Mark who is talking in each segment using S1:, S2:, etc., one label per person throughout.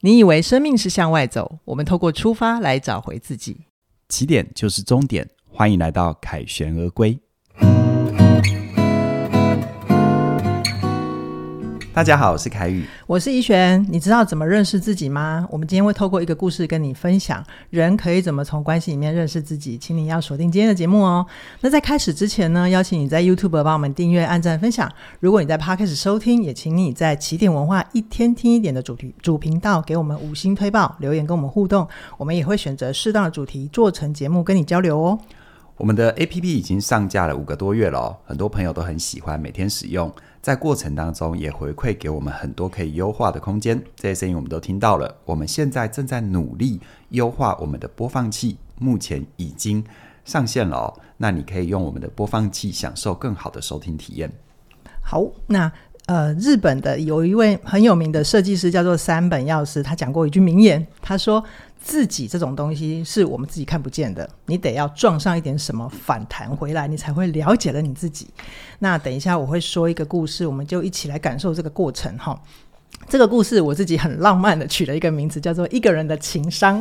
S1: 你以为生命是向外走，我们透过出发来找回自己。
S2: 起点就是终点，欢迎来到凯旋而归。大家好，我是凯宇。
S1: 我是怡璇，你知道怎么认识自己吗？我们今天会透过一个故事跟你分享，人可以怎么从关系里面认识自己，请你要锁定今天的节目哦。那在开始之前呢，邀请你在 YouTube 帮我们订阅、按赞、分享。如果你在 Podcast 收听，也请你在起点文化一天听一点的主题主频道给我们五星推报，留言跟我们互动，我们也会选择适当的主题做成节目跟你交流哦。
S2: 我们的 APP 已经上架了五个多月了哦，很多朋友都很喜欢，每天使用，在过程当中也回馈给我们很多可以优化的空间，这些声音我们都听到了。我们现在正在努力优化我们的播放器，目前已经上线了哦。那你可以用我们的播放器享受更好的收听体验。
S1: 好，那呃，日本的有一位很有名的设计师叫做三本耀司，他讲过一句名言，他说自己这种东西是我们自己看不见的，你得要撞上一点什么反弹回来，你才会了解了你自己。那等一下我会说一个故事，我们就一起来感受这个过程哈。这个故事我自己很浪漫的取了一个名字，叫做《一个人的情商》。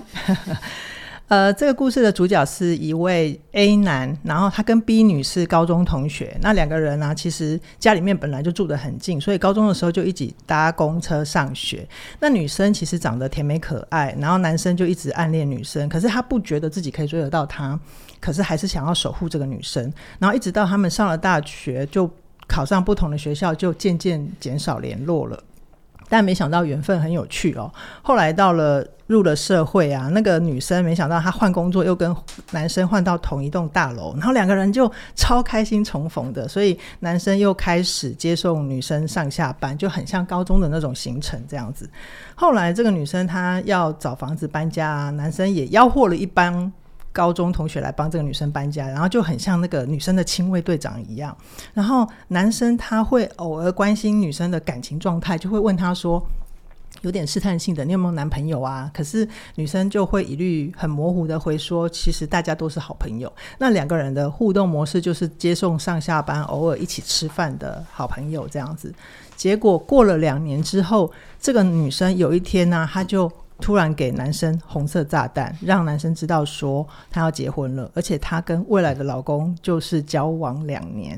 S1: 呃，这个故事的主角是一位 A 男，然后他跟 B 女是高中同学。那两个人呢、其实家里面本来就住得很近，所以高中的时候就一起搭公车上学。那女生其实长得甜美可爱，然后男生就一直暗恋女生，可是他不觉得自己可以追得到她，可是还是想要守护这个女生。然后一直到他们上了大学，就考上不同的学校，就渐渐减少联络了。但没想到缘分很有趣哦。后来到了入了社会啊，那个女生没想到她换工作又跟男生换到同一栋大楼，然后两个人就超开心重逢的，所以男生又开始接送女生上下班，就很像高中的那种行程这样子。后来这个女生她要找房子搬家、啊，男生也吆喝了一帮。高中同学来帮这个女生搬家，然后就很像那个女生的亲卫队长一样。然后男生他会偶尔关心女生的感情状态，就会问她说，有点试探性的，你有没有男朋友啊？可是女生就会一律很模糊的回说，其实大家都是好朋友。那两个人的互动模式就是接送上下班，偶尔一起吃饭的好朋友这样子。结果过了两年之后，这个女生有一天呢、她就突然给男生红色炸弹，让男生知道说她要结婚了，而且她跟未来的老公就是交往两年。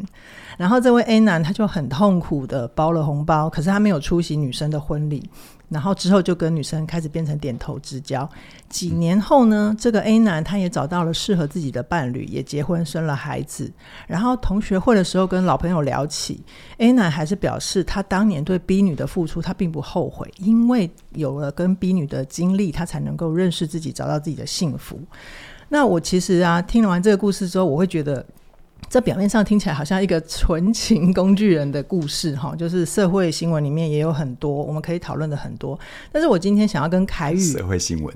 S1: 然后这位 A 男他就很痛苦的包了红包，可是他没有出席女生的婚礼。然后之后就跟女生开始变成点头之交。几年后呢，这个 A 男他也找到了适合自己的伴侣，也结婚生了孩子。然后同学会的时候跟老朋友聊起，A 男还是表示他当年对 B 女的付出他并不后悔，因为有了跟 B 女的经历，他才能够认识自己，找到自己的幸福。那我其实啊，听完这个故事之后，我会觉得这表面上听起来好像一个纯情工具人的故事哈，就是社会新闻里面也有很多我们可以讨论的很多。但是我今天想要跟凯宇
S2: 社会新闻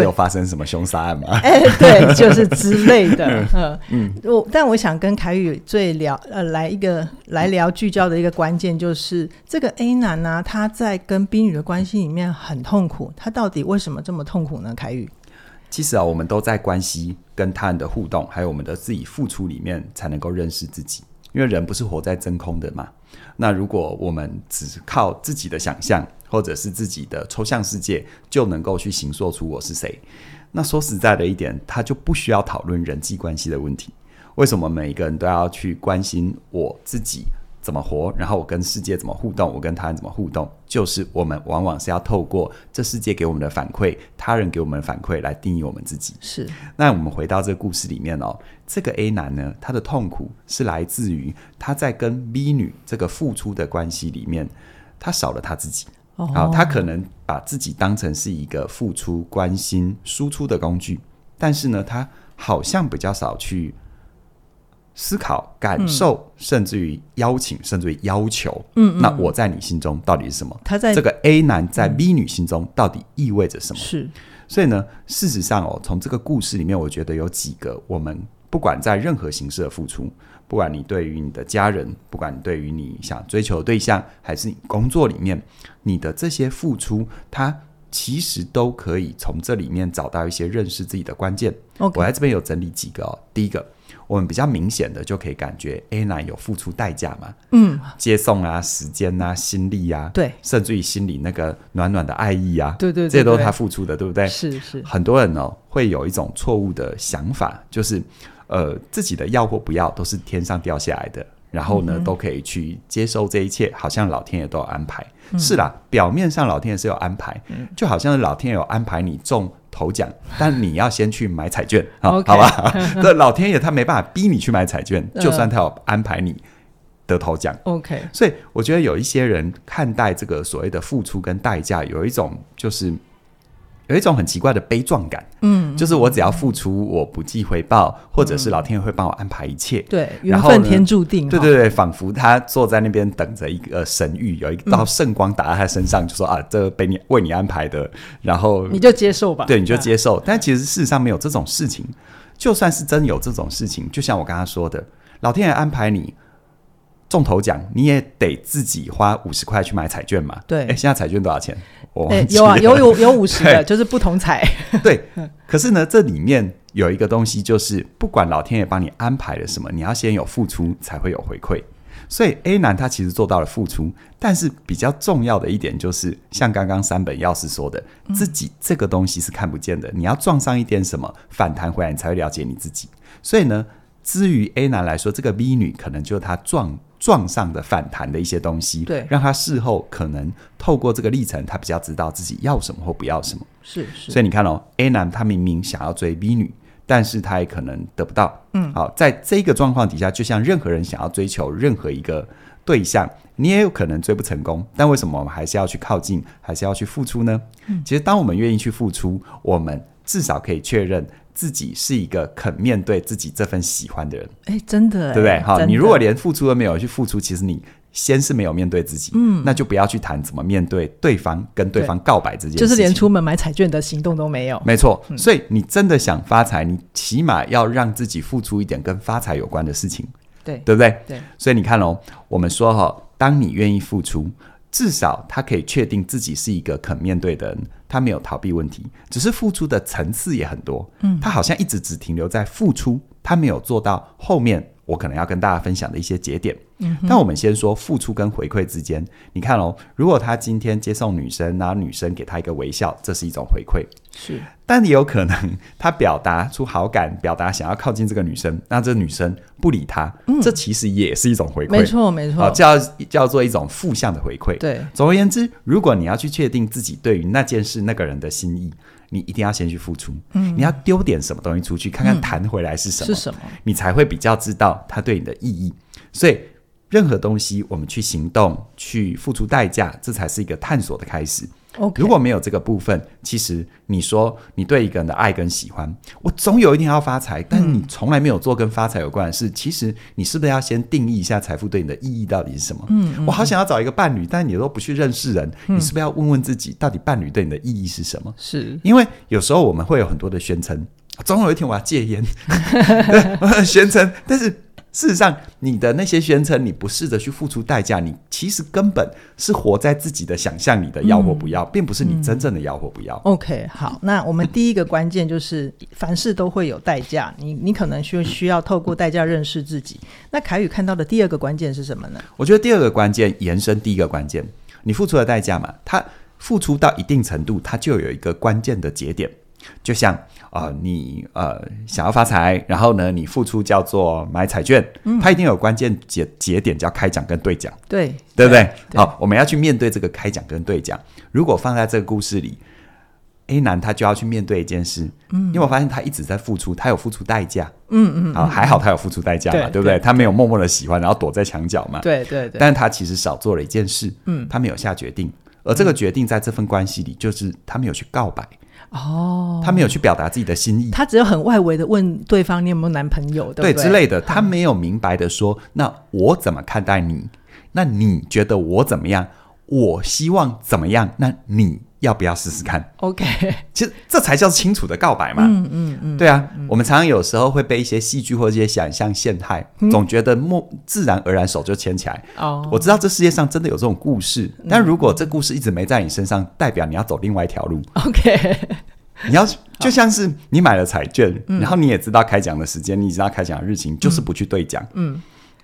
S1: 嗯对
S2: 有发生什么凶杀案 吗？
S1: 哎、对，就是之类的，嗯嗯，我但我想跟凯宇最聊呃来一个来聊聚焦的一个关键就是这个 A 男呢、他在跟 B 女的关系里面很痛苦，他到底为什么这么痛苦呢？凯宇，
S2: 其实啊，我们都在关系跟他人的互动，还有我们的自己付出里面，才能够认识自己。因为人不是活在真空的嘛。那如果我们只靠自己的想象，或者是自己的抽象世界，就能够去形塑出我是谁，那说实在的一点，他就不需要讨论人际关系的问题。为什么每一个人都要去关心我自己怎么活，然后我跟世界怎么互动，我跟他人怎么互动？就是我们往往是要透过这世界给我们的反馈，他人给我们的反馈来定义我们自己。
S1: 是
S2: 那我们回到这个故事里面哦，这个 A 男呢，他的痛苦是来自于他在跟 B 女这个付出的关系里面，他少了他自己。
S1: 哦
S2: 好，他可能把自己当成是一个付出、关心、输出的工具，但是呢，他好像比较少去思考、感受，甚至于邀请，甚至于要求。嗯嗯，那我在你心中到底是什么？
S1: 他在
S2: 这个 A 男在 B 女心中到底意味着什么？
S1: 是
S2: 所以呢，事实上哦，从这个故事里面，我觉得有几个我们不管在任何形式的付出，不管你对于你的家人，不管你对于你想追求的对象，还是你工作里面，你的这些付出，它其实都可以从这里面找到一些认识自己的关键。
S1: OK
S2: 我在这边有整理几个哦，第一个。我们比较明显的就可以感觉 Anna 有付出代价嘛，
S1: 嗯，
S2: 接送啊、时间啊、心力啊，
S1: 对，
S2: 甚至于心里那个暖暖的爱意啊，
S1: 对对对
S2: 这些都是
S1: 对
S2: 他付出的，对不对？
S1: 是是，
S2: 很多人哦会有一种错误的想法，就是呃自己的要或不要都是天上掉下来的，然后
S1: 嗯
S2: 呢、都可以去接受这一切，好像老天爷都有安排。
S1: 嗯
S2: 是啦，表面上老天爷是有安排，就好像是老天爷有安排你中。头奖，但你要先去买 彩券，好
S1: OK
S2: 好吧？ 这老天爷他没办法逼你去买彩券，
S1: 嗯
S2: 就算他有安排你得头奖，
S1: OK，
S2: 所以我觉得有一些人看待这个所谓的付出跟代价，有一种就是有一种很奇怪的悲壮感，
S1: 嗯，
S2: 就是我只要付出，我不计回报，或者是老天爷会帮我安排一切。
S1: 对，
S2: 然
S1: 缘
S2: 后
S1: 分
S2: 呢
S1: 天注定，
S2: 对
S1: 哈
S2: 对对，仿佛他坐在那边等着一个神谕，有一道圣光打在他身上，就说啊，这被你为你安排的，然后
S1: 你就接受吧，
S2: 对，你就
S1: 啊
S2: 接受。但其实事实上没有这种事情，就算是真有这种事情，就像我刚刚说的，老天爷安排你中头奖，你也得自己花五十块去买彩券嘛。
S1: 对
S2: 哎，现在彩券多少钱？我
S1: 哎
S2: 忘记
S1: 有啊，
S2: 了
S1: 有有有五十
S2: 对
S1: 的，就是不同彩，
S2: 对，可是呢，这里面有一个东西，就是不管老天爷帮你安排了什么，你要先有付出，才会有回馈。所以 A 男他其实做到了付出，但是比较重要的一点就是，像刚刚三本药师说的，自己这个东西是看不见的，你要撞上一点什么，反弹回来，你才会了解你自己。所以呢，至于 A 男来说，这个 B 女可能就是他撞撞上的反弹的一些东西，
S1: 对
S2: 让他事后可能透过这个历程，他比较知道自己要什么或不要什么。
S1: 是是，
S2: 所以你看哦，A 男他明明想要追 B 女，但是他也可能得不到。嗯，好，在这个状况底下，就像任何人想要追求任何一个对象，你也有可能追不成功。但为什么我们还是要去靠近，还是要去付出呢？
S1: 嗯
S2: 其实，当我们愿意去付出，我们至少可以确认自己是一个肯面对自己这份喜欢的人。
S1: 哎，真的哎，
S2: 对不对？好，
S1: 真
S2: 你
S1: 的
S2: 如果连付出都没有去付出，其实你先是没有面对自己，嗯，那就不要去谈怎么面对对方跟对
S1: 对
S2: 方告白这件事情，
S1: 就是连出门买彩券的行动都没有，
S2: 没错，所以你真的想发财，你起码要让自己付出一点跟发财有关的事情，
S1: 对
S2: 对不对？
S1: 对，
S2: 所以你看哦，我们说哈、当你愿意付出，至少他可以确定自己是一个肯面对的人，他没有逃避问题，只是付出的层次也很多。嗯，他好像一直只停留在付出，他没有做到后面我可能要跟大家分享的一些节点。嗯，但我们先说付出跟回馈之间，你看哦，如果他今天接送女生，然后女生给他一个微笑，这是一种回馈。
S1: 是
S2: 但也有可能他表达出好感，表达想要靠近这个女生，那这女生不理他，这其实也是一种回馈，
S1: 嗯没错没
S2: 好、
S1: 错，
S2: 叫叫做一种负向的回馈。
S1: 对，
S2: 总而言之，如果你要去确定自己对于那件事、那个人的心意，你一定要先去付出，你要丢点什么东西出去，看看弹回来是什么，
S1: 嗯是什么？
S2: 你才会比较知道它对你的意义。所以，任何东西我们去行动、去付出代价，这才是一个探索的开始。
S1: OK，
S2: 如果没有这个部分，其实你说你对一个人的爱跟喜欢，我总有一天要发财，但是你从来没有做跟发财有关的事，其实你是不是要先定义一下财富对你的意义到底是什么？嗯，我好想要找一个伴侣，但你都不去认识人，你是不是要问问自己，到底伴侣对你的意义是什么？
S1: 是
S2: 因为有时候我们会有很多的宣称，啊总有一天我要戒烟， 宣称，但是。事实上，你的那些宣称，你不试着去付出代价，你其实根本是活在自己的想象里的要或不要，并不是你真正的要或不要。
S1: OK，好，那我们第一个关键就是，凡事都会有代价，你你可能需需要透过代价认识自己。那凯宇看到的第二个关键是什么呢？
S2: 我觉得第二个关键延伸第一个关键，你付出的代价嘛，它付出到一定程度，它就有一个关键的节点。就像啊、呃你呃想要发财，然后呢，你付出叫做买彩券，它一定有关键节节点叫开奖跟兑奖。
S1: 对
S2: 对不对？
S1: 对
S2: 好，我们要去面对这个开讲跟对讲。如果放在这个故事里，A 男他就要去面对一件事，嗯，因为我发现他一直在付出，他有付出代价，嗯嗯，啊，还好他有付出代价嘛，
S1: 对
S2: 对不对？
S1: 对
S2: 他没有默默的喜欢，然后躲在墙角嘛，
S1: 对对对，
S2: 但他其实少做了一件事，嗯，他没有下决定，而这个决定在这份关系里，就是他没有去告白，
S1: 哦，
S2: 他没有去表达自己的心意，
S1: 他只有很外围的问对方你有没有男朋友，
S2: 对
S1: 不对
S2: 之类的，他没有明白的说，那我怎么看待你？那你觉得我怎么样？我希望怎么样？那你要不要试试看？
S1: OK，
S2: 其实这才叫清楚的告白嘛。嗯嗯嗯，对啊，我们常常有时候会被一些戏剧或者一些想象陷害，总觉得莫自然而然手就牵起来。
S1: 哦，
S2: 我知道这世界上真的有这种故事，但如果这故事一直没在你身上，代表你要走另外一条路。
S1: OK，
S2: 你要就像是你买了彩券，然后你也知道开奖的时间，你知道开奖的日期，你就是不去兑奖。嗯，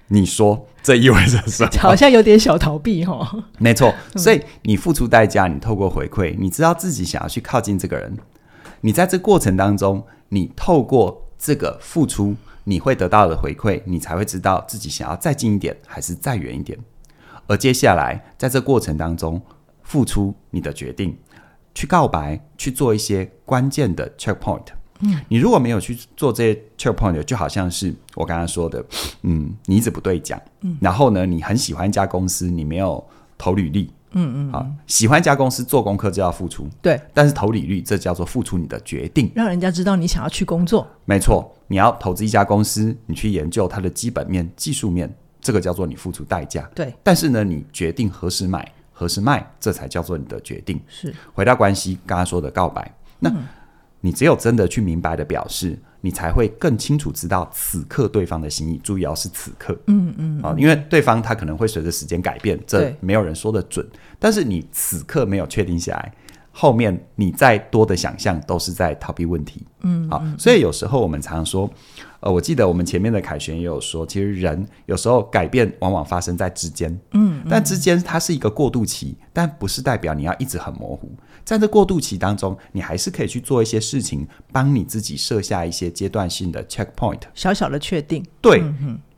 S2: 你说这意味着什么？
S1: 好像有点小逃避哦哈。
S2: 没错，所以你付出代价，你透过回馈，你知道自己想要去靠近这个人，你在这过程当中，你透过这个付出，你会得到的回馈，你才会知道自己想要再近一点还是再远一点。而接下来，在这过程当中，付出你的决定，去告白，去做一些关键的 checkpoint。嗯，你如果没有去做这些 checkpoint，就好像是我刚刚说的，嗯，你一直不对讲，嗯，然后呢，你很喜欢一家公司，你没有投履历，嗯嗯，啊，喜欢一家公司做功课就要付出，
S1: 对，
S2: 但是投履历这叫做付出你的决定，
S1: 让人家知道你想要去工作，
S2: 没错，你要投资一家公司，你去研究它的基本面、技术面，这个叫做你付出代价。
S1: 对，
S2: 但是呢，你决定何时买、何时卖，这才叫做你的决定。
S1: 是
S2: 回到关系，刚刚说的告白，那、你只有真的去明白的表示，你才会更清楚知道此刻对方的心意。注意哦，是此刻。嗯嗯啊，因为对方他可能会随着时间改变，这
S1: 对
S2: 没有人说的准。但是你此刻没有确定下来，后面你再多的想象都是在逃避问题。嗯，好，所以有时候我们常说，呃，我记得我们前面的凯旋也有说，其实人有时候改变往往发生在之间。嗯，但之间它是一个过渡期，但不是代表你要一直很模糊。在这过渡期当中，你还是可以去做一些事情，帮你自己设下一些阶段性的 checkpoint。
S1: 小小的确定，
S2: 对，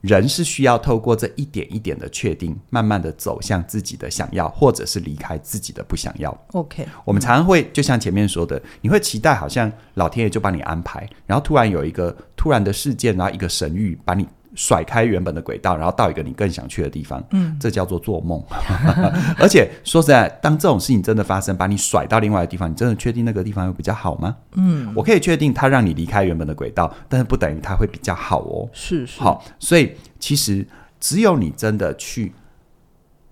S2: 人是需要透过这一点一点的确定，慢慢的走向自己的想要，或者是离开自己的不想要。
S1: OK，
S2: 我们常常会就像前面说的，你会期待好像老天爷就帮你安排，然后突然有一个突然的事件，然后一个神谕把你甩开原本的轨道，然后到一个你更想去的地方。嗯，这叫做做梦。而且说实在，当这种事情真的发生，把你甩到另外的地方，你真的确定那个地方会比较好吗？嗯，我可以确定它让你离开原本的轨道，但是不等于它会比较好哦。
S1: 是是，
S2: 好，所以其实只有你真的去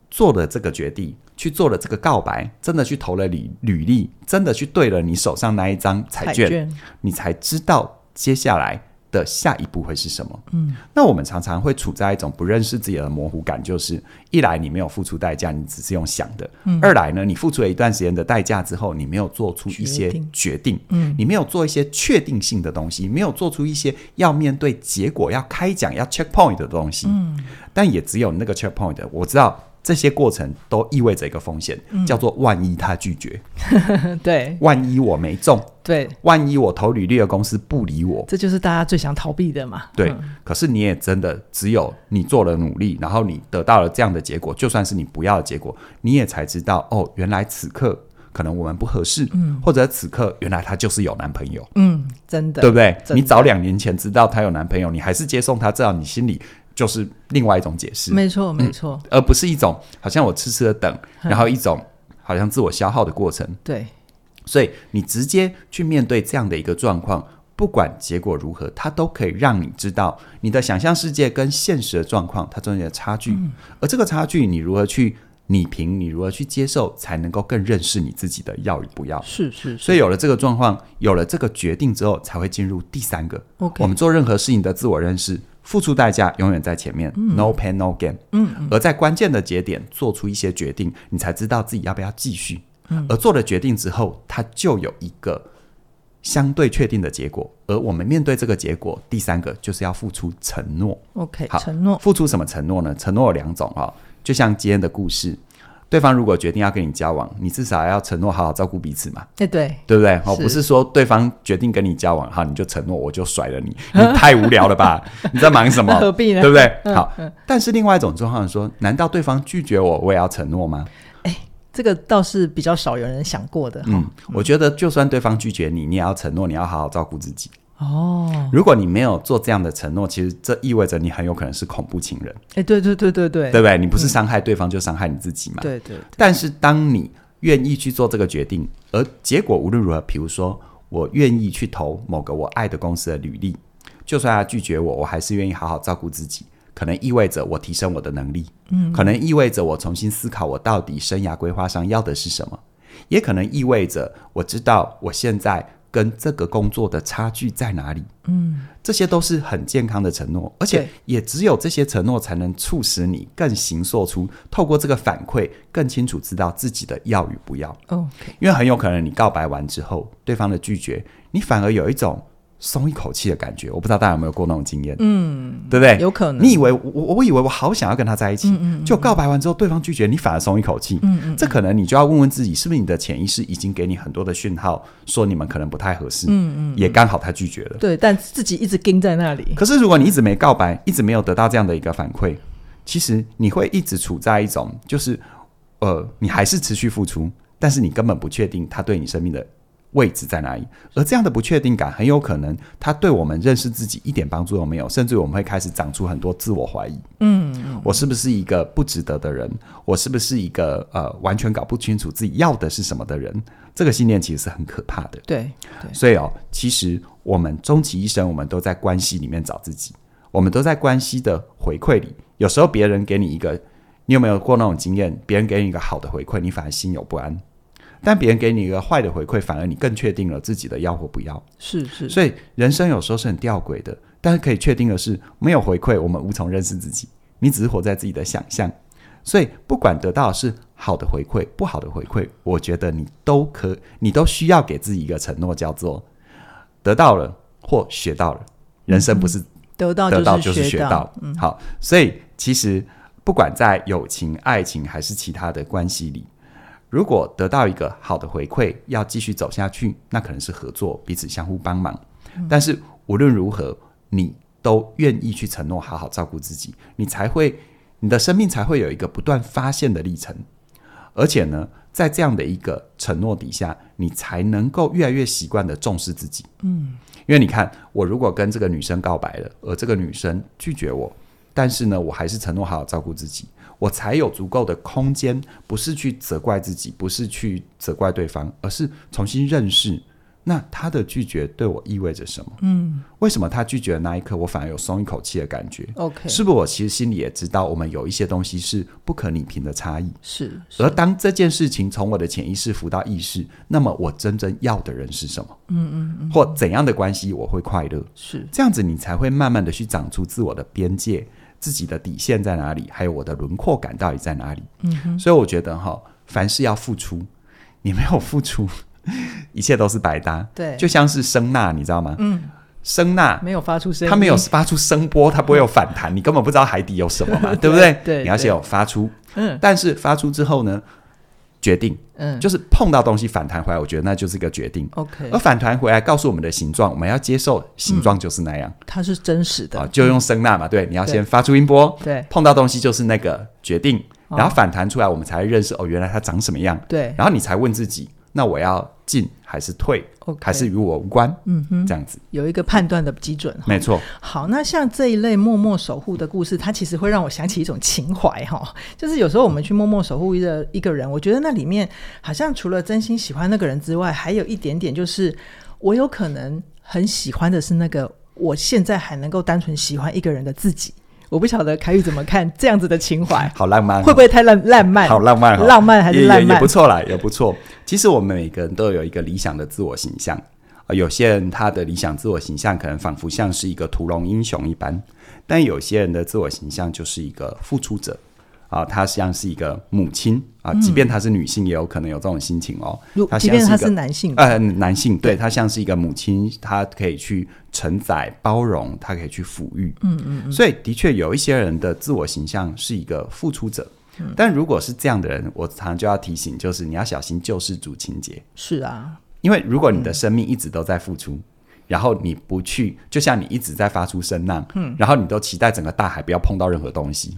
S2: 做了这个决定，去做了这个告白，真的去投了履履历，真的去对了你手上那一张彩券，你才知道接下来的下一步会是什么。嗯，那我们常常会处在一种不认识自己的模糊感，就是一来你没有付出代价，你只是用想的；二来呢，你付出了一段时间的代价之后，你没有做出一些
S1: 决定
S2: 决定，嗯，你没有做一些确定性的东西，没有做出一些要面对结果、要开奖、要 checkpoint 的东西，嗯，但也只有那个 checkpoint，我知道。这些过程都意味着一个风险，叫做万一他拒绝，
S1: 嗯对
S2: 万一我没中，
S1: 对，
S2: 万一我投履历的公司不理我，
S1: 这就是大家最想逃避的嘛。
S2: 对，
S1: 嗯
S2: 可是你也真的只有你做了努力，然后你得到了这样的结果，就算是你不要的结果，你也才知道哦，原来此刻可能我们不合适，嗯，或者此刻原来她就是有男朋友，
S1: 嗯，真的，
S2: 对不对？
S1: 真的
S2: 你早两年前知道她有男朋友，你还是接送她，至少你心里就是另外一种解释，
S1: 没错没错，
S2: 而不是一种好像我痴痴的等，嗯
S1: 嗯
S2: 然后一种好像自我消耗的过程。
S1: 对，
S2: 所以你直接去面对这样的一个状况，不管结果如何，它都可以让你知道你的想象世界跟现实的状况它中间的差距，而这个差距你如何去拟平，你如何去接受，才能够更认识你自己的要与不要。
S1: 是是是
S2: 所以有了这个状况，有了这个决定之后，才会进入第三个。我
S1: ，OK，
S2: 们做任何事情的自我认识，付出代价永远在前面、n o pain no gain。嗯，而在关键的节点做出一些决定，你才知道自己要不要继续。嗯，而做了决定之后，它就有一个相对确定的结果。而我们面对这个结果，第三个就是要付出承诺。
S1: OK，
S2: 好
S1: 承诺
S2: 付出什么承诺呢？承诺有两种哦，就像今天的故事，对方如果决定要跟你交往，你至少要承诺好好照顾彼此嘛。
S1: 哎，对，
S2: 对不对？哦，
S1: 是
S2: 不是说对方决定跟你交往，好，你就承诺我就甩了 你，你太无聊了吧？ 你在忙什么
S1: 那？ 何必呢嗯
S2: 对不对？好，但是另外一种状况是说，难道对方拒绝我，我也要承诺吗？
S1: 哦这个倒是比较少有人想过的。
S2: 嗯，我觉得就算对方拒绝你，你也要承诺，你要好好照顾自己。
S1: 哦，
S2: 如果你没有做这样的承诺，其实这意味着你很有可能是恐怖情人，
S1: 哎，对对对对对嗯
S2: 对不对？你不是伤害对方，就伤害你自己嘛。
S1: 对对，
S2: 但是当你愿意去做这个决定，而结果无论如何，比如说我愿意去投某个我爱的公司的履历，就算他拒绝我，我还是愿意好好照顾自己。可能意味着我提升我的能力，嗯，可能意味着我重新思考我到底生涯规划上要的是什么，也可能意味着我知道我现在跟这个工作的差距在哪里？嗯，这些都是很健康的承诺，而且
S1: 对
S2: 也只有这些承诺才能促使你更形塑出，透过这个反馈更清楚知道自己的要与不要。
S1: 哦，
S2: 因为很有可能你告白完之后，对方的拒绝，你反而有一种松一口气的感觉。我不知道大家有没有过那种经验，嗯，对不对？
S1: 有可能
S2: 你以为我我以为我好想要跟他在一起，就告白完之后对方拒绝，你反而松一口气，嗯嗯，这可能你就要问问自己，是不是你的潜意识已经给你很多的讯号，说你们可能不太合适，嗯嗯，也刚好他拒绝了。
S1: 对，但自己一直盯在那里，
S2: 可是如果你一直没告白，一直没有得到这样的一个反馈，其实你会一直处在一种就是呃，你还是持续付出，但是你根本不确定他对你生命的位置在哪里。而这样的不确定感，很有可能他对我们认识自己一点帮助都没有，甚至我们会开始长出很多自我怀疑。嗯，我是不是一个不值得的人？我是不是一个呃完全搞不清楚自己要的是什么的人？这个信念其实是很可怕的。
S1: 对对，
S2: 所以哦，其实我们终其一生，我们都在关系里面找自己，我们都在关系的回馈里。有时候别人给你一个，你有没有过那种经验？别人给你一个好的回馈，你反而心有不安；但别人给你一个坏的回馈，反而你更确定了自己的要或不要。
S1: 是是，
S2: 所以人生有时候是很吊诡的，但是可以确定的是，没有回馈，我们无从认识自己，你只是活在自己的想象。所以不管得到的是好的回馈，不好的回馈，我觉得你都可，你都需要给自己一个承诺，叫做得到了或学到了。人生不是
S1: 得到
S2: 得到
S1: 就是
S2: 学
S1: 到，
S2: 好，所以其实不管在友情、爱情还是其他的关系里，如果得到一个好的回馈，要继续走下去，那可能是合作，彼此相互帮忙。但是无论如何，你都愿意去承诺好好照顾自己，你才会你的生命才会有一个不断发现的历程。而且呢，在这样的一个承诺底下，你才能够越来越习惯的重视自己。因为你看，我如果跟这个女生告白了，而这个女生拒绝我，但是呢，我还是承诺好好照顾自己，我才有足够的空间，不是去责怪自己，不是去责怪对方，而是重新认识。那她的拒绝对我意味着什么？嗯，为什么她拒绝的那一刻，我反而有松一口气的感觉？
S1: OK，
S2: 是不是我其实心里也知道，我们有一些东西是不可逆凭的差异？
S1: 是是
S2: 而当这件事情从我的潜意识浮到意识，那么我真正要的人是什么？嗯嗯嗯，或怎样的关系我会快乐？
S1: 是
S2: 这样子你才会慢慢的去长出自我的边界，自己的底线在哪里，还有我的轮廓感到底在哪里。嗯，所以我觉得哈，凡事要付出，你没有付出， 一切都是白搭。
S1: 对
S2: 就像是声呐，你知道吗？嗯，声呐
S1: 没有发出声音，
S2: 它没有发出声波，它不会有反弹，你根本不知道海底有什么嘛， 对不对？
S1: 对
S2: 你要先有发出，
S1: 嗯
S2: 但是发出之后呢，决定
S1: 嗯
S2: 就是碰到东西反弹回来，我觉得那就是一个决定。
S1: OK，
S2: 而反弹回来告诉我们的形状，我们要接受形状就是那样、
S1: 它是真实的
S2: 啊，，就用声呐嘛，对，你要
S1: 嗯对
S2: 先发出音波，
S1: 对
S2: 碰到东西就是那个决定，然后反弹出来，我们才会认识哦，原来它长什么样，
S1: 对
S2: 然后你才问自己，那我要进还是退，
S1: ，OK，
S2: 还是与我无关？嗯哼，这样子，
S1: 有一个判断的基准哈。
S2: 没错，
S1: 好，那像这一类默默守护的故事，它其实会让我想起一种情怀哈，就是有时候我们去默默守护一个一个人，我觉得那里面好像除了真心喜欢那个人之外，还有一点点就是我有可能很喜欢的是那个我现在还能够单纯喜欢一个人的自己。我不晓得凯宇怎么看这样子的情
S2: ，
S1: 怀
S2: 好浪漫哦，
S1: 会不会太浪浪漫？
S2: 好浪漫、哦，
S1: 浪漫还是浪
S2: 也也也
S1: 漫
S2: 不错啦，也不错。其实我们每个人都有一个理想的自我形象，呃、有些人他的理想自我形象可能仿佛像是一个屠龙英雄一般，但有些人的自我形象就是一个付出者。啊，她像是一个母亲啊，即便她是女性，也有可能有这种心情哦
S1: 嗯如。
S2: 她
S1: 即
S2: 像
S1: 便
S2: 是
S1: 他
S2: 一
S1: 是
S2: 个
S1: 男性，
S2: 呃，男性对他像是一个母亲，他可以去承载、包容，他可以去抚育。嗯嗯所以的确有一些人的自我形象是一个付出者，但如果是这样的人，我常常就要提醒，就是你要小心救世主情节，
S1: 是啊，
S2: 因为如果你的生命一直都在付出。然后你不去，就像你一直在发出声浪，嗯，然后你都期待整个大海不要碰到任何东西，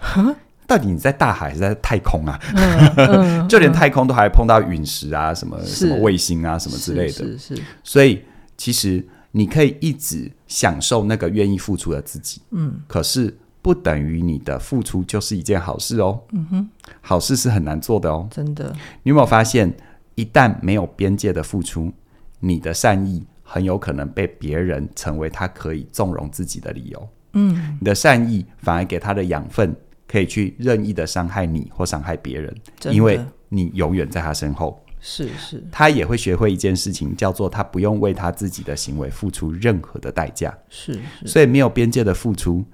S2: 到底你在大海还是在太空啊？ 就连太空都还碰到陨石啊，什么什么
S1: 是
S2: 卫星啊，什么之
S1: 是
S2: 类的，
S1: 是是，
S2: 所以其实你可以一直享受那个愿意付出的自己，嗯，可是不等于你的付出就是一件好事哦，嗯哼，好事是很难做的哦。
S1: 真的
S2: 你有没有发现，一旦没有边界的付出，你的善意很有可能被别人成为他可以纵容自己的理由，嗯，你的善意反而给他的养分，可以去任意的伤害你或伤害别人，
S1: 真的
S2: 因为你永远在他身后。
S1: 是是，
S2: 他也会学会一件事情，叫做他不用为他自己的行为付出任何的代价。
S1: 是是，
S2: 所以没有边界的付出，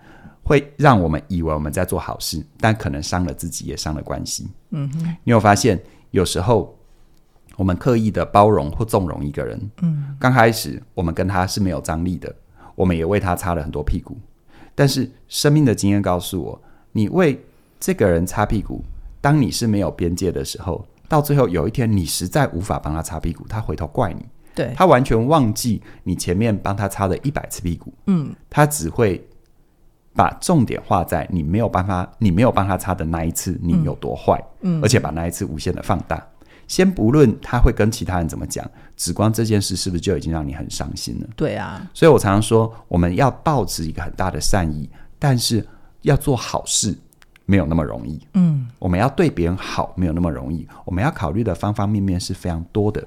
S2: 会让我们以为我们在做好事，但可能伤了自己，也伤了关系。
S1: 嗯哼，
S2: 你有发现，有时候我们刻意的包容或纵容一个人，
S1: 嗯，
S2: 刚开始我们跟他是没有张力的，我们也为他擦了很多屁股。但是生命的经验告诉我，你为这个人擦屁股，当你是没有边界的时候，到最后有一天你实在无法帮他擦屁股，他回头怪你，
S1: 对，
S2: 他完全忘记你前面帮他擦了一百次屁股，
S1: 嗯，
S2: 他只会把重点画在你没有办法，你没有帮他擦的那一次你有多坏，
S1: 嗯
S2: 而且把那一次无限的放大。先不论他会跟其他人怎么讲，只光这件事是不是就已经让你很伤心了？
S1: 对啊，
S2: 所以我常常说，我们要保持一个很大的善意，但是要做好事没有那么容易。
S1: 嗯，
S2: 我们要对别人好没有那么容易，我们要考虑的方方面面是非常多的。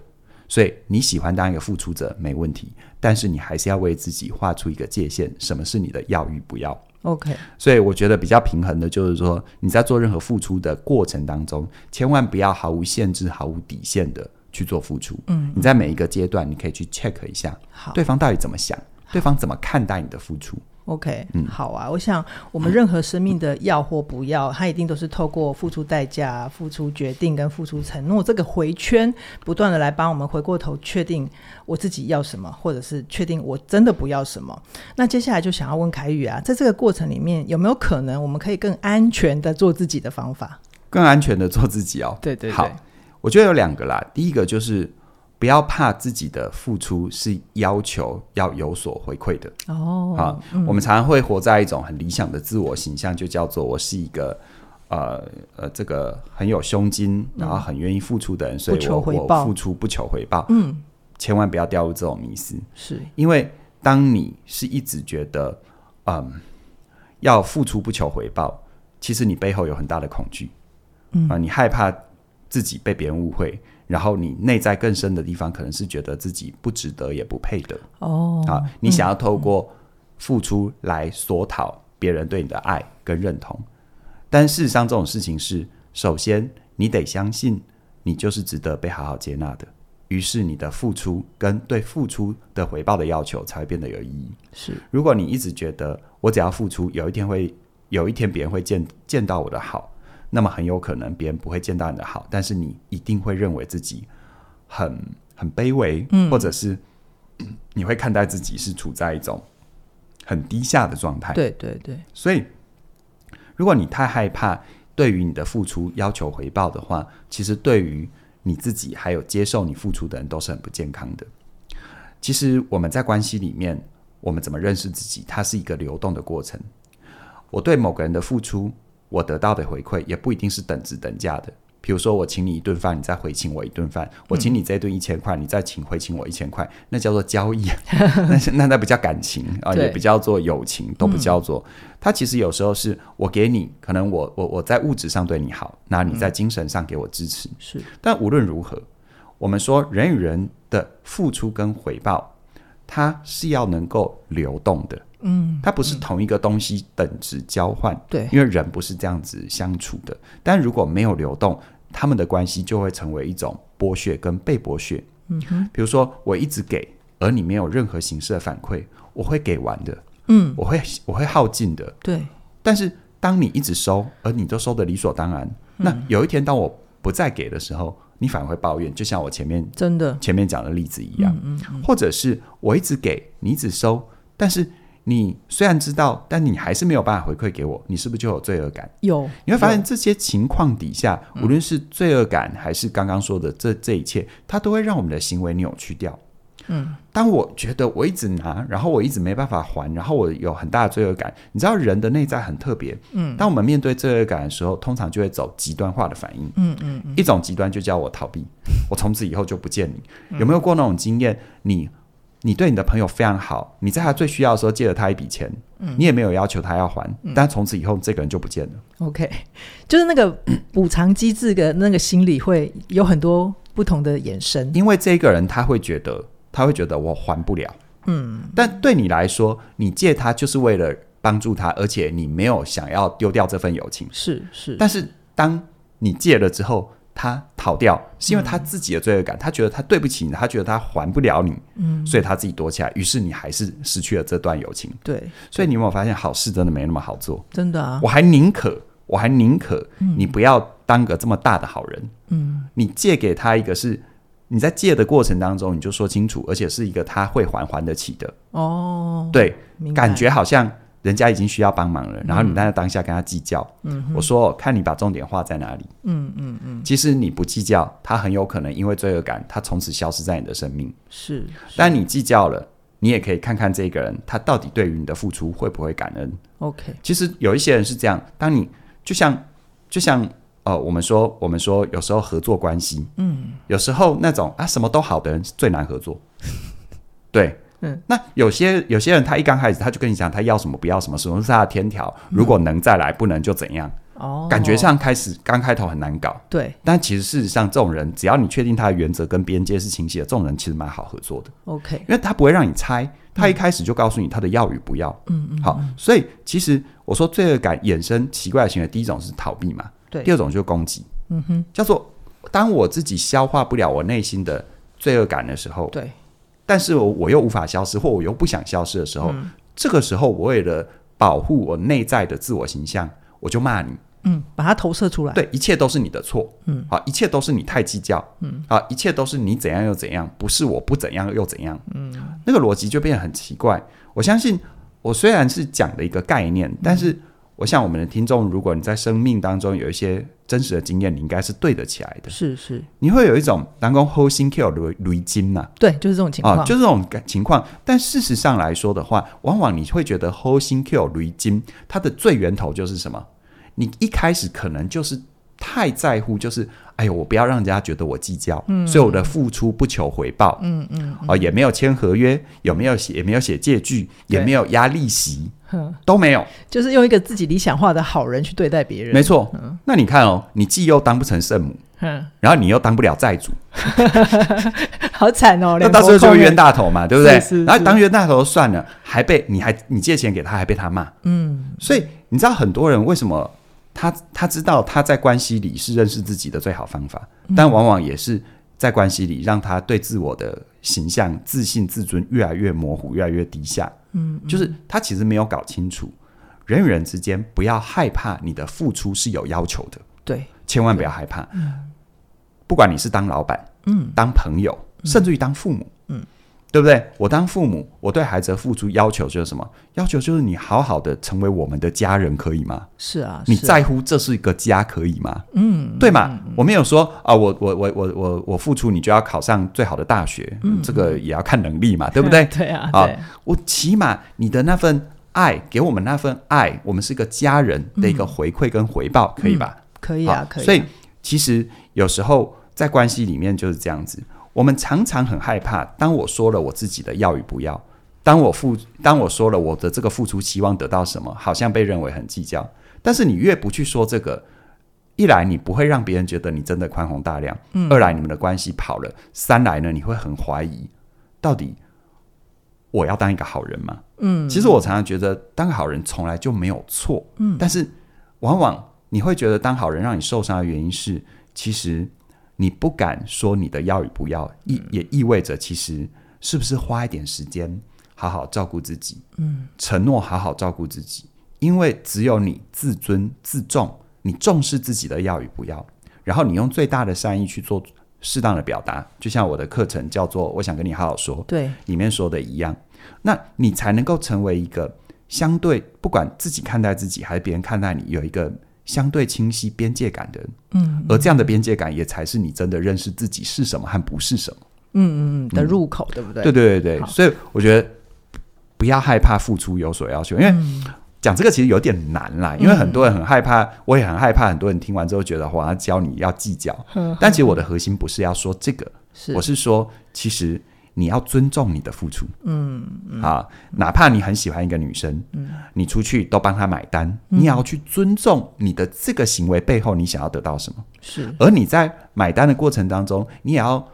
S2: 所以你喜欢当一个付出者没问题，但是你还是要为自己画出一个界限，什么是你的要与不要。
S1: OK，
S2: 所以我觉得比较平衡的就是说，你在做任何付出的过程当中，千万不要毫无限制、毫无底线的去做付出。
S1: 嗯，
S2: 你在每一个阶段，你可以去 check 一下
S1: 好，
S2: 对方到底怎么想，对方怎么看待你的付出。
S1: OK，、好
S2: 嗯
S1: 啊。我想，我们任何生命的要或不要，它一定都是透过付出代价、付出决定跟付出承诺这个回圈，不断的来帮我们回过头确定我自己要什么，或者是确定我真的不要什么。那接下来就想要问凯宇啊，在这个过程里面，有没有可能我们可以更安全的做自己的方法？
S2: 更安全的做自己哦。
S1: 对对对
S2: 好，我觉得有两个啦。第一个就是不要怕自己的付出是要求要有所回馈的。
S1: 哦，
S2: 啊，我们常常会活在一种很理想的自我形象，就叫做我是一个呃呃，这个很有胸襟，然后很愿意付出的人，所
S1: 嗯不
S2: 以
S1: 求
S2: 我
S1: 回
S2: 我
S1: 报
S2: 付出不求回报，
S1: 嗯，
S2: 千万不要掉入这种迷思，
S1: 是
S2: 因为当你是一直觉得嗯要付出不求回报，其实你背后有很大的恐惧，
S1: 嗯
S2: 啊、你害怕自己被别人误会。然后你内在更深的地方，可能是觉得自己不值得，也不配得。
S1: 哦，
S2: 啊，你想要透过付出来索讨别人对你的爱跟认同，但事实上这种事情是，首先你得相信你就是值得被好好接纳的，于是你的付出跟对付出的回报的要求才会变得有意义。
S1: 是
S2: 如果你一直觉得我只要付出，有一天会有一天别人会见见到我的好，那么很有可能别人不会见到你的好，但是你一定会认为自己很很卑微，
S1: 嗯
S2: 或者是 嗯你会看待自己是处在一种很低下的状态。
S1: 对对对，
S2: 所以，如果你太害怕对于你的付出要求回报的话，其实对于你自己还有接受你付出的人都是很不健康的。其实我们在关系里面，我们怎么认识自己，它是一个流动的过程。我对某个人的付出，我得到的回馈也不一定是等值等价的。比如说，我请你一顿饭，你再回请我一顿饭；我请你这顿一千块，你再请回请我一千块，那叫做交易，那是那那不叫感情啊、
S1: 对
S2: 也不叫做友情，都不叫做。它其实有时候是我给你，可能我我我在物质上对你好，那你在精神上给我支持。
S1: 是
S2: 但无论如何，我们说人与人的付出跟回报，它是要能够流动的，
S1: 嗯，
S2: 它不是同一个东西等值交换，
S1: 对，
S2: 因为人不是这样子相处的。但如果没有流动，他们的关系就会成为一种剥削跟被剥削。
S1: 嗯哼，
S2: 比如说，我一直给，而你没有任何形式的反馈，我会给完的，
S1: 嗯，
S2: 我会我会耗尽的，
S1: 对，
S2: 但是当你一直收，而你都收的理所当然，
S1: 嗯
S2: 那有一天当我不再给的时候，你反而会抱怨，就像我前面
S1: 真的，
S2: 前面讲的例子一样，
S1: 嗯嗯，
S2: 或者是我一直给你一直收，但是你虽然知道，但你还是没有办法回馈给我，你是不是就有罪恶感？
S1: 有嗯
S2: 你会发现这些情况底下，无论是罪恶感还是刚刚说的这这一切，它都会让我们的行为扭曲掉。
S1: 嗯，
S2: 当我觉得我一直拿，然后我一直没办法还，然后我有很大的罪恶感。你知道人的内在很特别，
S1: 嗯，
S2: 当我们面对罪恶感的时候，通常就会走极端化的反应。
S1: 嗯嗯嗯，
S2: 一种极端就叫我逃避， 我从此以后就不见你。有没有过那种经验？你你对你的朋友非常好，你在他最需要的时候借了他一笔钱，你也没有要求他要还，但从此以后这个人就不见了。
S1: OK，就是 那个补偿机制的那个心理会有很多不同的衍生。
S2: 因为这个人他会觉得，他会觉得我还不了。嗯，但对你来说，你借他就是为了帮助他，而且你没有想要丢掉这份友情。
S1: 是是，
S2: 但是当你借了之后，他跑掉，是因为他自己的罪恶感，他觉得他对不起你，他觉得他还不了你，嗯，所以他自己躲起来，于是你还是失去了这段友情。
S1: 对，
S2: 所以你有没有发现，好事真的没那么好做？
S1: 真的啊，
S2: 我还宁可，我还宁可你不要当个这么大的好人。嗯，你借给他一个是你在借的过程当中，你就说清楚，而且是一个他会还还得起的。
S1: 哦，
S2: 对，
S1: 明白
S2: 感觉好像人家已经需要帮忙了，然后你在当下跟他计较。嗯，我说看你把重点画在哪里。嗯嗯嗯，其实你不计较，他很有可能因为罪恶感，他从此消失在你的生命。
S1: 是是
S2: 但你计较了，你也可以看看这个人他到底对于你的付出会不会感恩。
S1: OK，
S2: 其实有一些人是这样，当你就像就像呃，我们说我们说有时候合作关系，嗯，有时候那种啊什么都好的人是最难合作， 对。
S1: 嗯，
S2: 那有些有些人他一刚开始他就跟你讲他要什么不要什么，什么是他的天条，如果能再来，不能就怎样，
S1: 嗯哦，
S2: 感觉上开始刚开头很难搞，
S1: 对
S2: 但其实事实上这种人，只要你确定他的原则跟边界是清晰的，这种人其实蛮好合作的。
S1: ，OK，
S2: 因为他不会让你猜，他一开始就告诉你他的要与不要。嗯嗯。好，所以其实我说罪恶感衍生奇怪的行为，第一种是逃避嘛，
S1: 对
S2: 第，二种就是攻击。嗯哼，叫做当我自己消化不了我内心的罪恶感的时候，
S1: 对，
S2: 但是我我又无法消失，或我又不想消失的时候，这个时候我为了保护我内在的自我形象，我就骂你。
S1: 嗯，把它投射出来，
S2: 对，一切都是你的错，嗯，好，一切都是你太计较，嗯，好，一切都是你怎样又怎样，不是我不怎样又怎样，嗯，那个逻辑就变得很奇怪。我相信，我虽然是讲的一个概念，但是我想我们的听众，如果你在生命当中有一些真实的经验，你应该是对得起来的，
S1: 是是，
S2: 你会有一种南宫 whole 心 kill 雷雷金呐、
S1: 对，就是这种情况，
S2: 啊，就这种感情况。但事实上来说的话，往往你会觉得 whole 心 kill 驴金，它的最源头就是什么？你一开始可能就是太在乎，就是哎呦，我不要让人家觉得我计较，所以我的付出不求回报，嗯嗯，哦、也没有签合约，有没有写也没有写借据，也
S1: 对
S2: 没有压利息，
S1: 哼
S2: 都没有。
S1: 就是用一个自己理想化的好人去对待别人，
S2: 没错，那你看哦，你既又当不成圣母，
S1: 嗯，
S2: 然后你又当不了债主，
S1: 好惨哦，
S2: 那
S1: 两
S2: 到时候
S1: 头
S2: 就
S1: 空
S2: 冤
S1: 哎
S2: 大头嘛，对不对？
S1: 是是
S2: 然后当冤大头算了，还被你还你借钱给他，还被他骂。嗯，所以你知道很多人为什么他他知道他在关系里是认识自己的最好方法，但往往也是在关系里让他对自我的形象、自信、自尊越来越模糊，越来越低下。嗯，就是他其实没有搞清楚，人与人之间不要害怕你的付出是有要求的。
S1: 对，
S2: 千万不要害怕。不管你是当老板，嗯，当朋友，甚至于当父母，嗯，对不对？我当父母，我对孩子的付出要求就是什么？要求就是你好好的成为我们的家人，可以吗？
S1: 是啊，
S2: 你
S1: 是啊
S2: 在乎这是一个家，可以吗？嗯，对嘛？我没有说啊，我我我我我我付出，你就要考上最好的大学，嗯，这个也要看能力嘛，对不 对？
S1: 对啊，
S2: 好
S1: 对，
S2: 我起码你的那份爱，给我们那份爱，我们是一个家人的一个回馈跟回报，可以吧？
S1: 可以啊，
S2: 好
S1: 可以啊，
S2: 所以其实有时候在关系里面就是这样子，我们常常很害怕，当我说了我自己的要与不要，当我付，当我说了我的这个付出期望得到什么，好像被认为很计较。但是你越不去说这个，一来你不会让别人觉得你真的宽宏大量，
S1: 嗯
S2: 二来你们的关系跑了，三来呢你会很怀疑，到底我要当一个好人吗？嗯，其实我常常觉得当个好人从来就没有错，嗯，但是往往你会觉得当好人让你受伤的原因是，其实你不敢说你的要与不要，意也意味着其实是不是花一点时间好好照顾自己，嗯，承诺好好照顾自己，因为只有你自尊自重，你重视自己的要与不要，然后你用最大的善意去做适当的表达，就像我的课程叫做“我想跟你好好说”，
S1: 对
S2: 里面说的一样，那你才能够成为一个相对不管自己看待自己还是别人看待你，有一个相对清晰边界感的人。嗯，而这样的边界感也才是你真的认识自己是什么和不是什么。
S1: 嗯嗯嗯的入口，对不对？
S2: 对对对对，
S1: 好
S2: 所以我觉得不要害怕付出有所要求，因为。嗯讲这个其实有点难啦，因为很多人很害怕，我也很害怕。很多人听完之后觉得，哇，教你要计较，但其实我的核心不是要说这个，
S1: 是
S2: 我是说，其实你要尊重你的付出，嗯，啊，哪怕你很喜欢一个女生，嗯，你出去都帮她买单，你也要去尊重你的这个行为背后你想要得到什么，
S1: 是
S2: 而你在买单的过程当中，你也要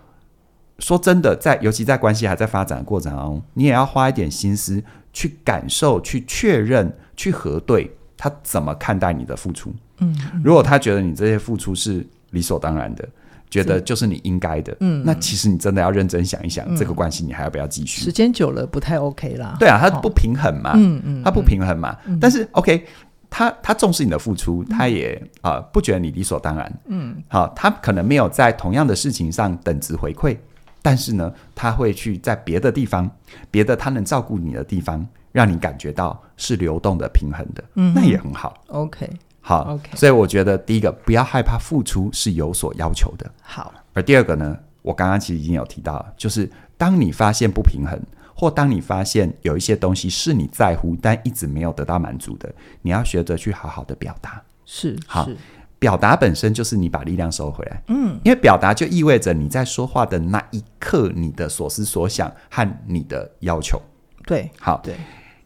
S2: 说真的，在尤其在关系还在发展的过程当中，你也要花一点心思去感受、去确认、去核对他怎么看待你的付出。嗯，如果他觉得你这些付出是理所当然的，觉得就是你应该的，嗯，那其实你真的要认真想一想，这个关系你还要不要继续？
S1: 时间久了不太 OK 啦。
S2: 对啊，它
S1: 哦
S2: 不平衡嘛，
S1: 嗯嗯，
S2: 它不平衡嘛。但是 OK，他他重视你的付出，他也啊、不觉得你理所当然，嗯，好、他可能没有在同样的事情上等值回馈，但是呢，他会去在别的地方，别的他能照顾你的地方，让你感觉到是流动的、平衡的，嗯，那也很好。
S1: OK，
S2: 好
S1: OK
S2: 所以我觉得第一个不要害怕付出是有所要求的，
S1: 好，
S2: 而第二个呢，我刚刚其实已经有提到了，就是当你发现不平衡，或当你发现有一些东西是你在乎但一直没有得到满足的，你要学着去好好的表达。
S1: 是
S2: 好
S1: 是，
S2: 表达本身就是你把力量收回来，嗯，因为表达就意味着你在说话的那一刻，你的所思所想和你的要求。
S1: 对
S2: 好，
S1: 对，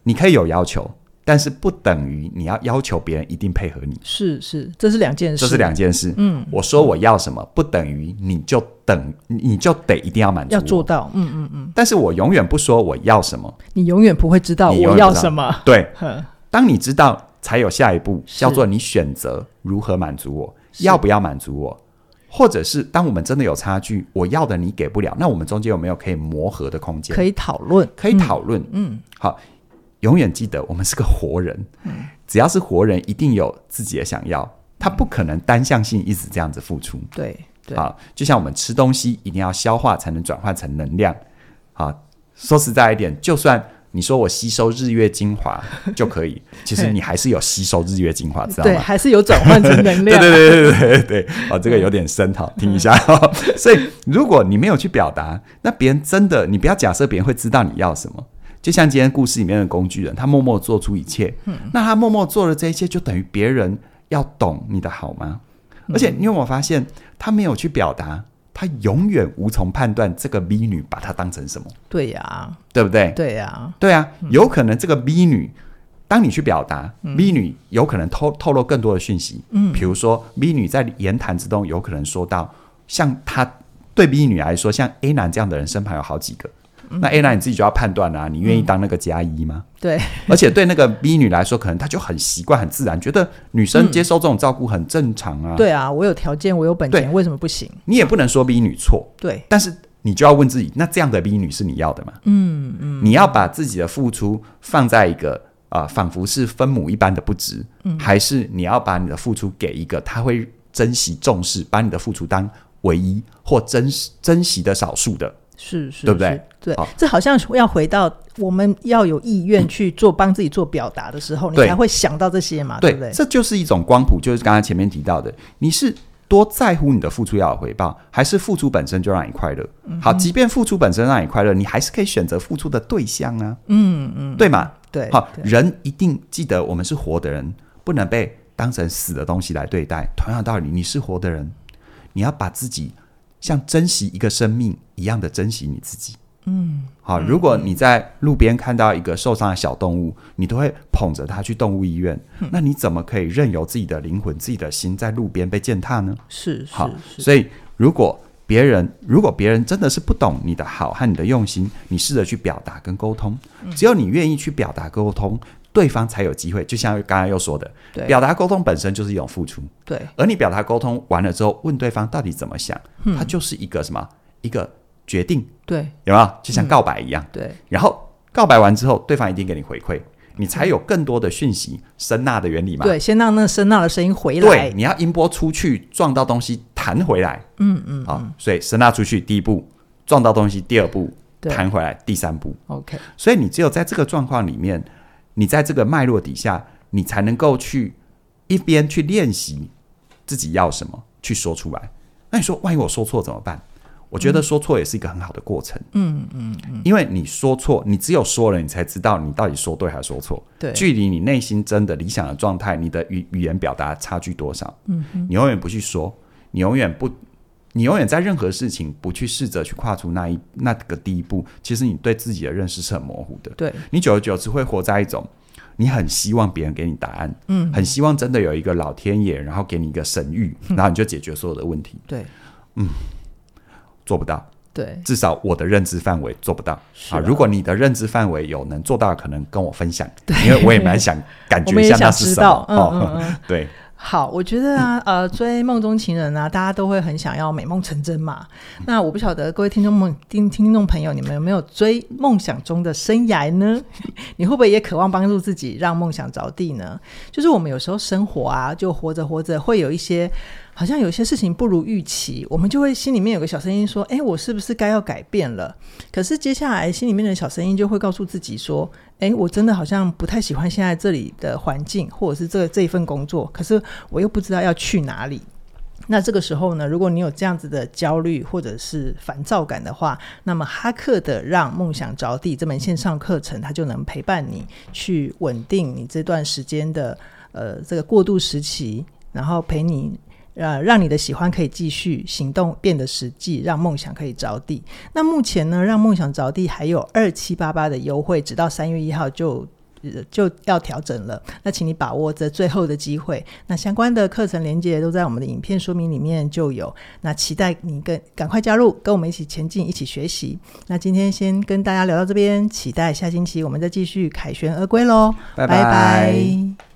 S2: 你可以有要求，但是不等于你要要求别人一定配合你，
S1: 是是，这是两件事，
S2: 这是两件事。嗯，我说我要什么，不等于你就等，你你就得一定要满足
S1: 要
S2: 我。
S1: 做到。嗯嗯嗯，
S2: 但是我永远不说我要什么。
S1: 你永远不会知道
S2: 你永远
S1: 我
S2: 不
S1: 要
S2: 知道
S1: 什么。
S2: 对，
S1: 呵
S2: 当你知道，才有下一步，
S1: 是
S2: 叫做你选择如何满足我，
S1: 是
S2: 要不要满足我，或者是当我们真的有差距，我要的你给不了，那我们中间有没有可以磨合的空间？
S1: 可
S2: 以，
S1: 以讨论。
S2: 可以讨论。
S1: 嗯，
S2: 好，永远记得我们是个活人，只要是活人，一定有自己的想要，他不可能单向性一直这样子付出。
S1: 对对，
S2: 啊，就像我们吃东西一定要消化才能转换成能量。啊，说实在一点，就算你说我吸收日月精华就可以，其实你还是有吸收日月精华，知道
S1: 对，
S2: 吗？
S1: 还是有转换成能量。
S2: 对
S1: 啊
S2: 对对对对对对，哦，这个有点深，好，听一下、哦。 所以，如果你没有去表达，那别人真的，你不要假设别人会知道你要什么。就像今天故事里面的工具人，他默默做出一切，那他默默做了这一切，就等于别人要懂你的好吗？而且，你有没有发现，他没有去表达，他永远无从判断这个 B 女把她当成什么，
S1: 对呀，
S2: 对不对？
S1: 对呀，
S2: 对啊，有可能这个 B 女，当你去表达、b 女有可能透透露更多的讯息。嗯，比如说 B 女在言谈之中有可能说到，像她对 B 女来说，像 A 男这样的人身旁有好几个。那 A 男你自己就要判断啦、你愿意当那个加一吗？
S1: 对
S2: 而且对那个 B 女来说，可能她就很习惯、很自然，觉得女生接受这种照顾很正常啊。，
S1: 对啊，我有条件，我有本钱，为什么不行？
S2: 你也不能说 B 女错，
S1: 对，
S2: 但是你就要问自己，那这样的 B 女是你要的吗？嗯嗯，你要把自己的付出放在一个啊、呃仿佛是分母一般的不值，还是你要把你的付出给一个他会珍惜、重视，把你的付出当唯一或珍惜珍惜的少数的？
S1: 是是，
S2: 对不对
S1: 是？对
S2: 好，嗯
S1: 这好像要回到我们要有意愿去做帮自己做表达的时候，你
S2: 对
S1: 才会想到这些嘛，
S2: 啊对，
S1: 不对？
S2: 这就是一种光谱，就是刚才前面提到的，你是多在乎你的付出要有回报，还是付出本身就让你快乐？好，即便付出本身让你快乐，你还是可以选择付出的对象啊。嗯嗯，对嘛？
S1: 对，
S2: 好，
S1: 对
S2: 人一定记得我们是活的人，不能被当成死的东西来对待。同样的道理，你是活的人，你要把自己像珍惜一个生命一样的珍惜你自己。嗯，好，如果你在路边看到一个受伤的小动物，你都会捧着它去动物医院，那你怎么可以任由自己的灵魂、自己的心在路边被践踏呢？
S1: 是是
S2: 好，
S1: 是，
S2: 所以如果别人如果别人真的是不懂你的好和你的用心，你试着去表达跟沟通。只有你愿意去表达沟通，对方才有机会。就像刚刚又说的，
S1: 对
S2: 表达沟通本身就是一种付出，
S1: 对
S2: 而你表达沟通完了之后，问对方到底怎么想，它就是一个什么一个决定，
S1: 对
S2: 有没有？就像告白一样。
S1: 对，
S2: 然后告白完之后，对方一定给你回馈，你才有更多的讯息声纳的原理嘛。
S1: 对，先让那个声纳的声音回
S2: 对，
S1: 来，
S2: 你要音波出去撞到东西弹回来，嗯嗯，好、所以声纳出去第一步，撞到东西第二步，
S1: 对
S2: 弹回来第三步，
S1: ，OK，
S2: 所以你只有在这个状况里面，你在这个脉络底下，你才能够去一边去练习自己要什么，去说出来。那你说，万一我说错怎么办？我觉得说错也是一个很好的过程，嗯嗯，因为你说错，你只有说了，你才知道你到底说对还是说错。
S1: 对，
S2: 距离你内心真的理想的状态，你的语语言表达差距多少？嗯，你永远不去说，你永远不，你永远在任何事情不去试着去跨出那一那个第一步，其实你对自己的认识是很模糊的。
S1: 对
S2: 你久而久之会活在一种你很希望别人给你答案，嗯，很希望真的有一个老天爷，然后给你一个神谕，
S1: 嗯
S2: 然后你就解决所有的问题，
S1: 对
S2: 做不到。
S1: 对，
S2: 至少我的认知范围做不到
S1: 是
S2: 啊
S1: 啊
S2: 如果你的认知范围有能做到，可能跟我分享，因为我也蛮想感
S1: 我
S2: 觉
S1: 们
S2: 一
S1: 也
S2: 下那
S1: 想
S2: 是
S1: 知
S2: 什么哦
S1: 道，嗯嗯嗯，
S2: 对
S1: 好，我觉得啊，呃，追梦中情人啊，大家都会很想要美梦成真嘛。那我不晓得各位听众梦听听众朋友，你们有没有追梦想中的生涯呢？ 你会不会也渴望帮助自己让梦想着地呢？就是我们有时候生活啊，就活着活着会有一些。好像有些事情不如预期，我们就会心里面有个小声音说：“哎，我是不是该要改变了？”可是接下来心里面的小声音就会告诉自己说：“哎，我真的好像不太喜欢现在这里的环境，或者是这这一份工作，可是我又不知道要去哪里。”那这个时候呢，如果你有这样子的焦虑或者是烦躁感的话，那么哈克的《让梦想着地》这门线上课程，它就能陪伴你去稳定你这段时间的呃这个过渡时期，然后陪你。呃，让你的喜欢可以继续行动，变得实际，让梦想可以着地。那目前呢，让梦想着地还有二七八八的优惠，直到三月一号就、呃、就要调整了。那请你把握这最后的机会。那相关的课程连接都在我们的影片说明里面就有。那期待你跟赶快加入，跟我们一起前进，一起学习。那今天先跟大家聊到这边，期待下星期我们再继续凯旋而归喽，
S2: 拜
S1: 拜
S2: 拜
S1: 拜